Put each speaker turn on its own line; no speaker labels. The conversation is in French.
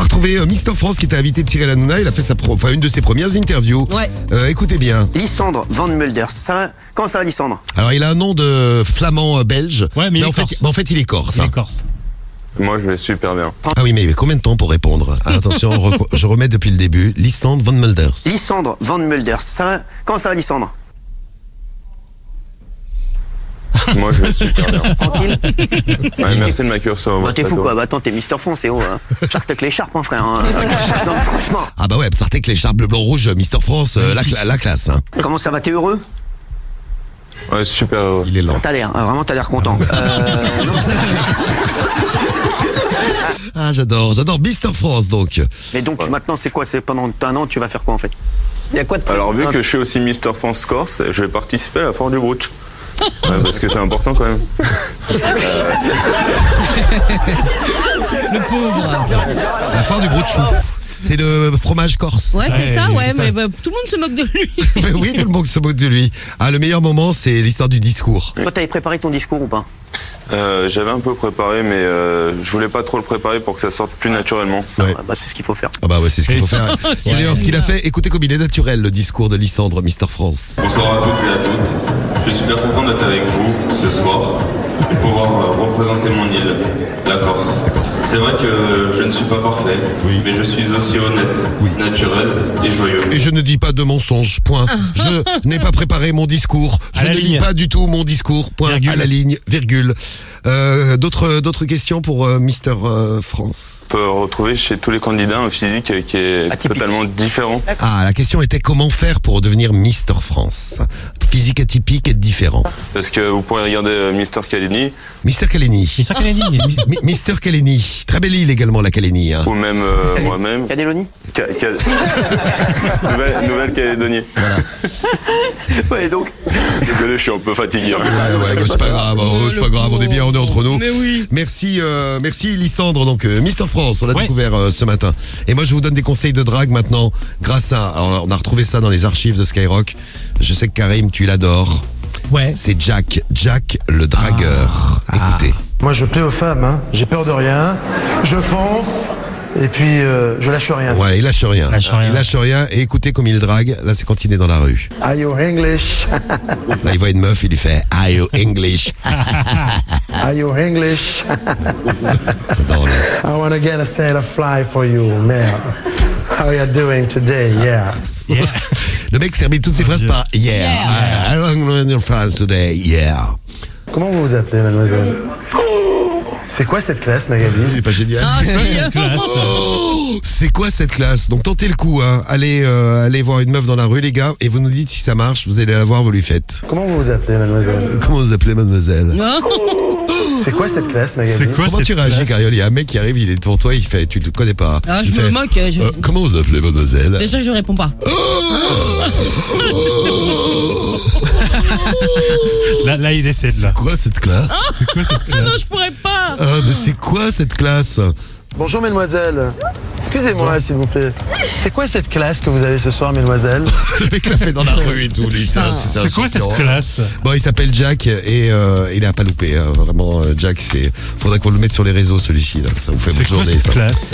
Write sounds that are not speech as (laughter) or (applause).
retrouvé euh, Mister France qui était invité de Cyril Hanouna. Il a fait sa pro- enfin, une de ses premières interviews.
Ouais.
Euh, écoutez bien.
Lissandre Van Mulders. Ça va Comment ça va, Lissandre
Alors, il a un nom de flamand euh, belge.
Ouais, mais il est
en fait,
corse.
mais en fait, il est corse.
Il
hein.
est corse.
Moi, je vais super bien.
Ah oui, mais il y avait combien de temps pour répondre Ah, Attention, reco- je remets depuis le début. Lissandre Van Mulders.
Lissandre Van Mulders. Ça va Comment ça va, Lissandre
Moi, je vais super
(laughs)
bien.
Tranquille
Ouais, merci de m'accueillir sur
Bah,
votre
t'es fou,
plateau.
quoi. Bah, attends, t'es Mister France, c'est haut. hein. Charles l'écharpe, hein, frère. hein. Non, mais franchement,
Ah bah ouais, Psartec, les chars bleu, blanc, rouge, Mister France, euh, la, cla- la classe. hein.
comment ça va T'es heureux bah.
Ouais, super heureux.
Il est lent.
T'as l'air, euh, vraiment, t'as l'air content. Euh, non,
Ah, j'adore, j'adore Mister France donc.
mais donc, maintenant, c'est quoi C'est pendant un an, tu vas faire quoi, en fait
Il y a quoi de
Alors,
Ah.
vu que je suis aussi Mister France Corse, je vais participer à la Fort du Brooch. Ouais, parce que c'est important quand même.
Le pauvre.
La fin du gros de chou. C'est le fromage corse.
Ouais, c'est ça,
c'est
ouais,
ça.
mais bah, tout le monde se moque de lui.
Mais (laughs) oui, tout le monde se moque de lui. Ah, le meilleur moment, c'est l'histoire du discours.
Toi, t'avais préparé ton discours ou pas
Euh, J'avais un peu préparé, mais euh, je voulais pas trop le préparer pour que ça sorte plus naturellement.
Ça,
Ouais.
bah, c'est ce qu'il faut faire.
Ah bah ouais, c'est ce qu'il faut faire.
Ouais.
D'ailleurs, ce qu'il a fait, écoutez comme il est naturel, le discours de Lysandre, Mister France.
Bonsoir à toutes et à toutes. Je suis super content d'être avec vous ce soir et pouvoir euh, représenter mon île, la Corse. C'est vrai que je ne suis pas parfait,
Oui.
mais je suis aussi honnête, naturel et joyeux.
Et je ne dis pas de mensonges, point.
(laughs)
Je n'ai pas préparé mon discours.
À
Je
la
ne lis
ligne.
pas du tout mon discours, point.
Virgule.
À la ligne, virgule. Euh, D'autres d'autres questions pour euh, Mister euh, France
peut retrouver chez tous les candidats un physique qui est
Atypique.
totalement différent.
Ah, la question était comment faire pour devenir Mister France Physique atypique et différent.
Parce que vous pourrez regarder euh, Mister Kalini
Mister Kaleni.
C'est ça qu'elle a dit.
(laughs) Mi- Mister Kaleni. Très belle île également, la Kaleni. hein.
ou même euh,
Allez.
moi-même.
Canélonie
Ka- Ka- (laughs) Nouvelle- Nouvelle-Calédonie.
Ouais, donc,
Désolé, je suis un peu fatigué. hein.
Ah ouais, mais c'est pas grave, oh, c'est pas grave, on est bien, on est entre nous. Merci, euh, merci Lissandre, donc euh, Mister France, on l'a
Ouais.
découvert euh, ce matin. Et moi, je vous donne des conseils de drague maintenant, grâce à. alors, on a retrouvé ça dans les archives de Skyrock. Je sais que Karim, tu l'adores.
Ouais. Ah.
C'est Jack, Jack le dragueur. Écoutez.
Moi, je plais aux femmes, hein. j'ai peur de rien, je fonce, et puis euh, je lâche rien.
Ouais, il lâche rien.
Ah. Lâche rien.
Il lâche rien et écoutez comme il drague. Là, c'est quand il est dans la rue.
Are you English?
Là, il voit une meuf, il lui fait Are you
(laughs)
English?
Are you English?
J'adore. là.
I wanna get a sail of fly for you, man. How you doing today? Yeah.
Yeah.
Le mec termine
Ah,
toutes ses phrases par Yeah. I don't know your friends today. Yeah.
Comment vous vous appelez, mademoiselle? C'est quoi cette classe, Magali?
C'est pas génial.
Ah, si, (laughs) euh,
Oh, C'est quoi cette classe Donc tentez le coup, hein. allez, euh, allez voir une meuf dans la rue, les gars, et vous nous dites si ça marche, vous allez la voir, vous lui faites.
Comment vous vous appelez, mademoiselle?
Comment vous appelez mademoiselle
hein.
C'est quoi cette classe, Magali?
Comment tu réagis, Cariol Il y a un mec qui arrive, il est devant toi, il fait, tu le connais pas.
Ah,
Il
je me
fait,
moque, je-
euh, comment vous appelez mademoiselle
Déjà, je réponds pas.
Là, là, il décède, là.
C'est quoi cette classe
Ah
C'est quoi cette
Non,
classe
je pourrais pas.
Ah, mais c'est quoi cette classe
Bonjour, mademoiselle. Excusez-moi, s'il vous plaît. C'est quoi cette classe que vous avez ce soir, mademoiselle?
Le mec l'a fait dans la rue et tout. lui, c'est
Ah.
un- un
C'est quoi cette
champion.
classe
Bon, il s'appelle Jack et euh, il a pas loupé. hein. Vraiment, euh, Jack, c'est. Faudrait qu'on le mette sur les réseaux celui-ci. Là, ça vous fait
C'est
bonne
quoi
journée.
cette
ça.
classe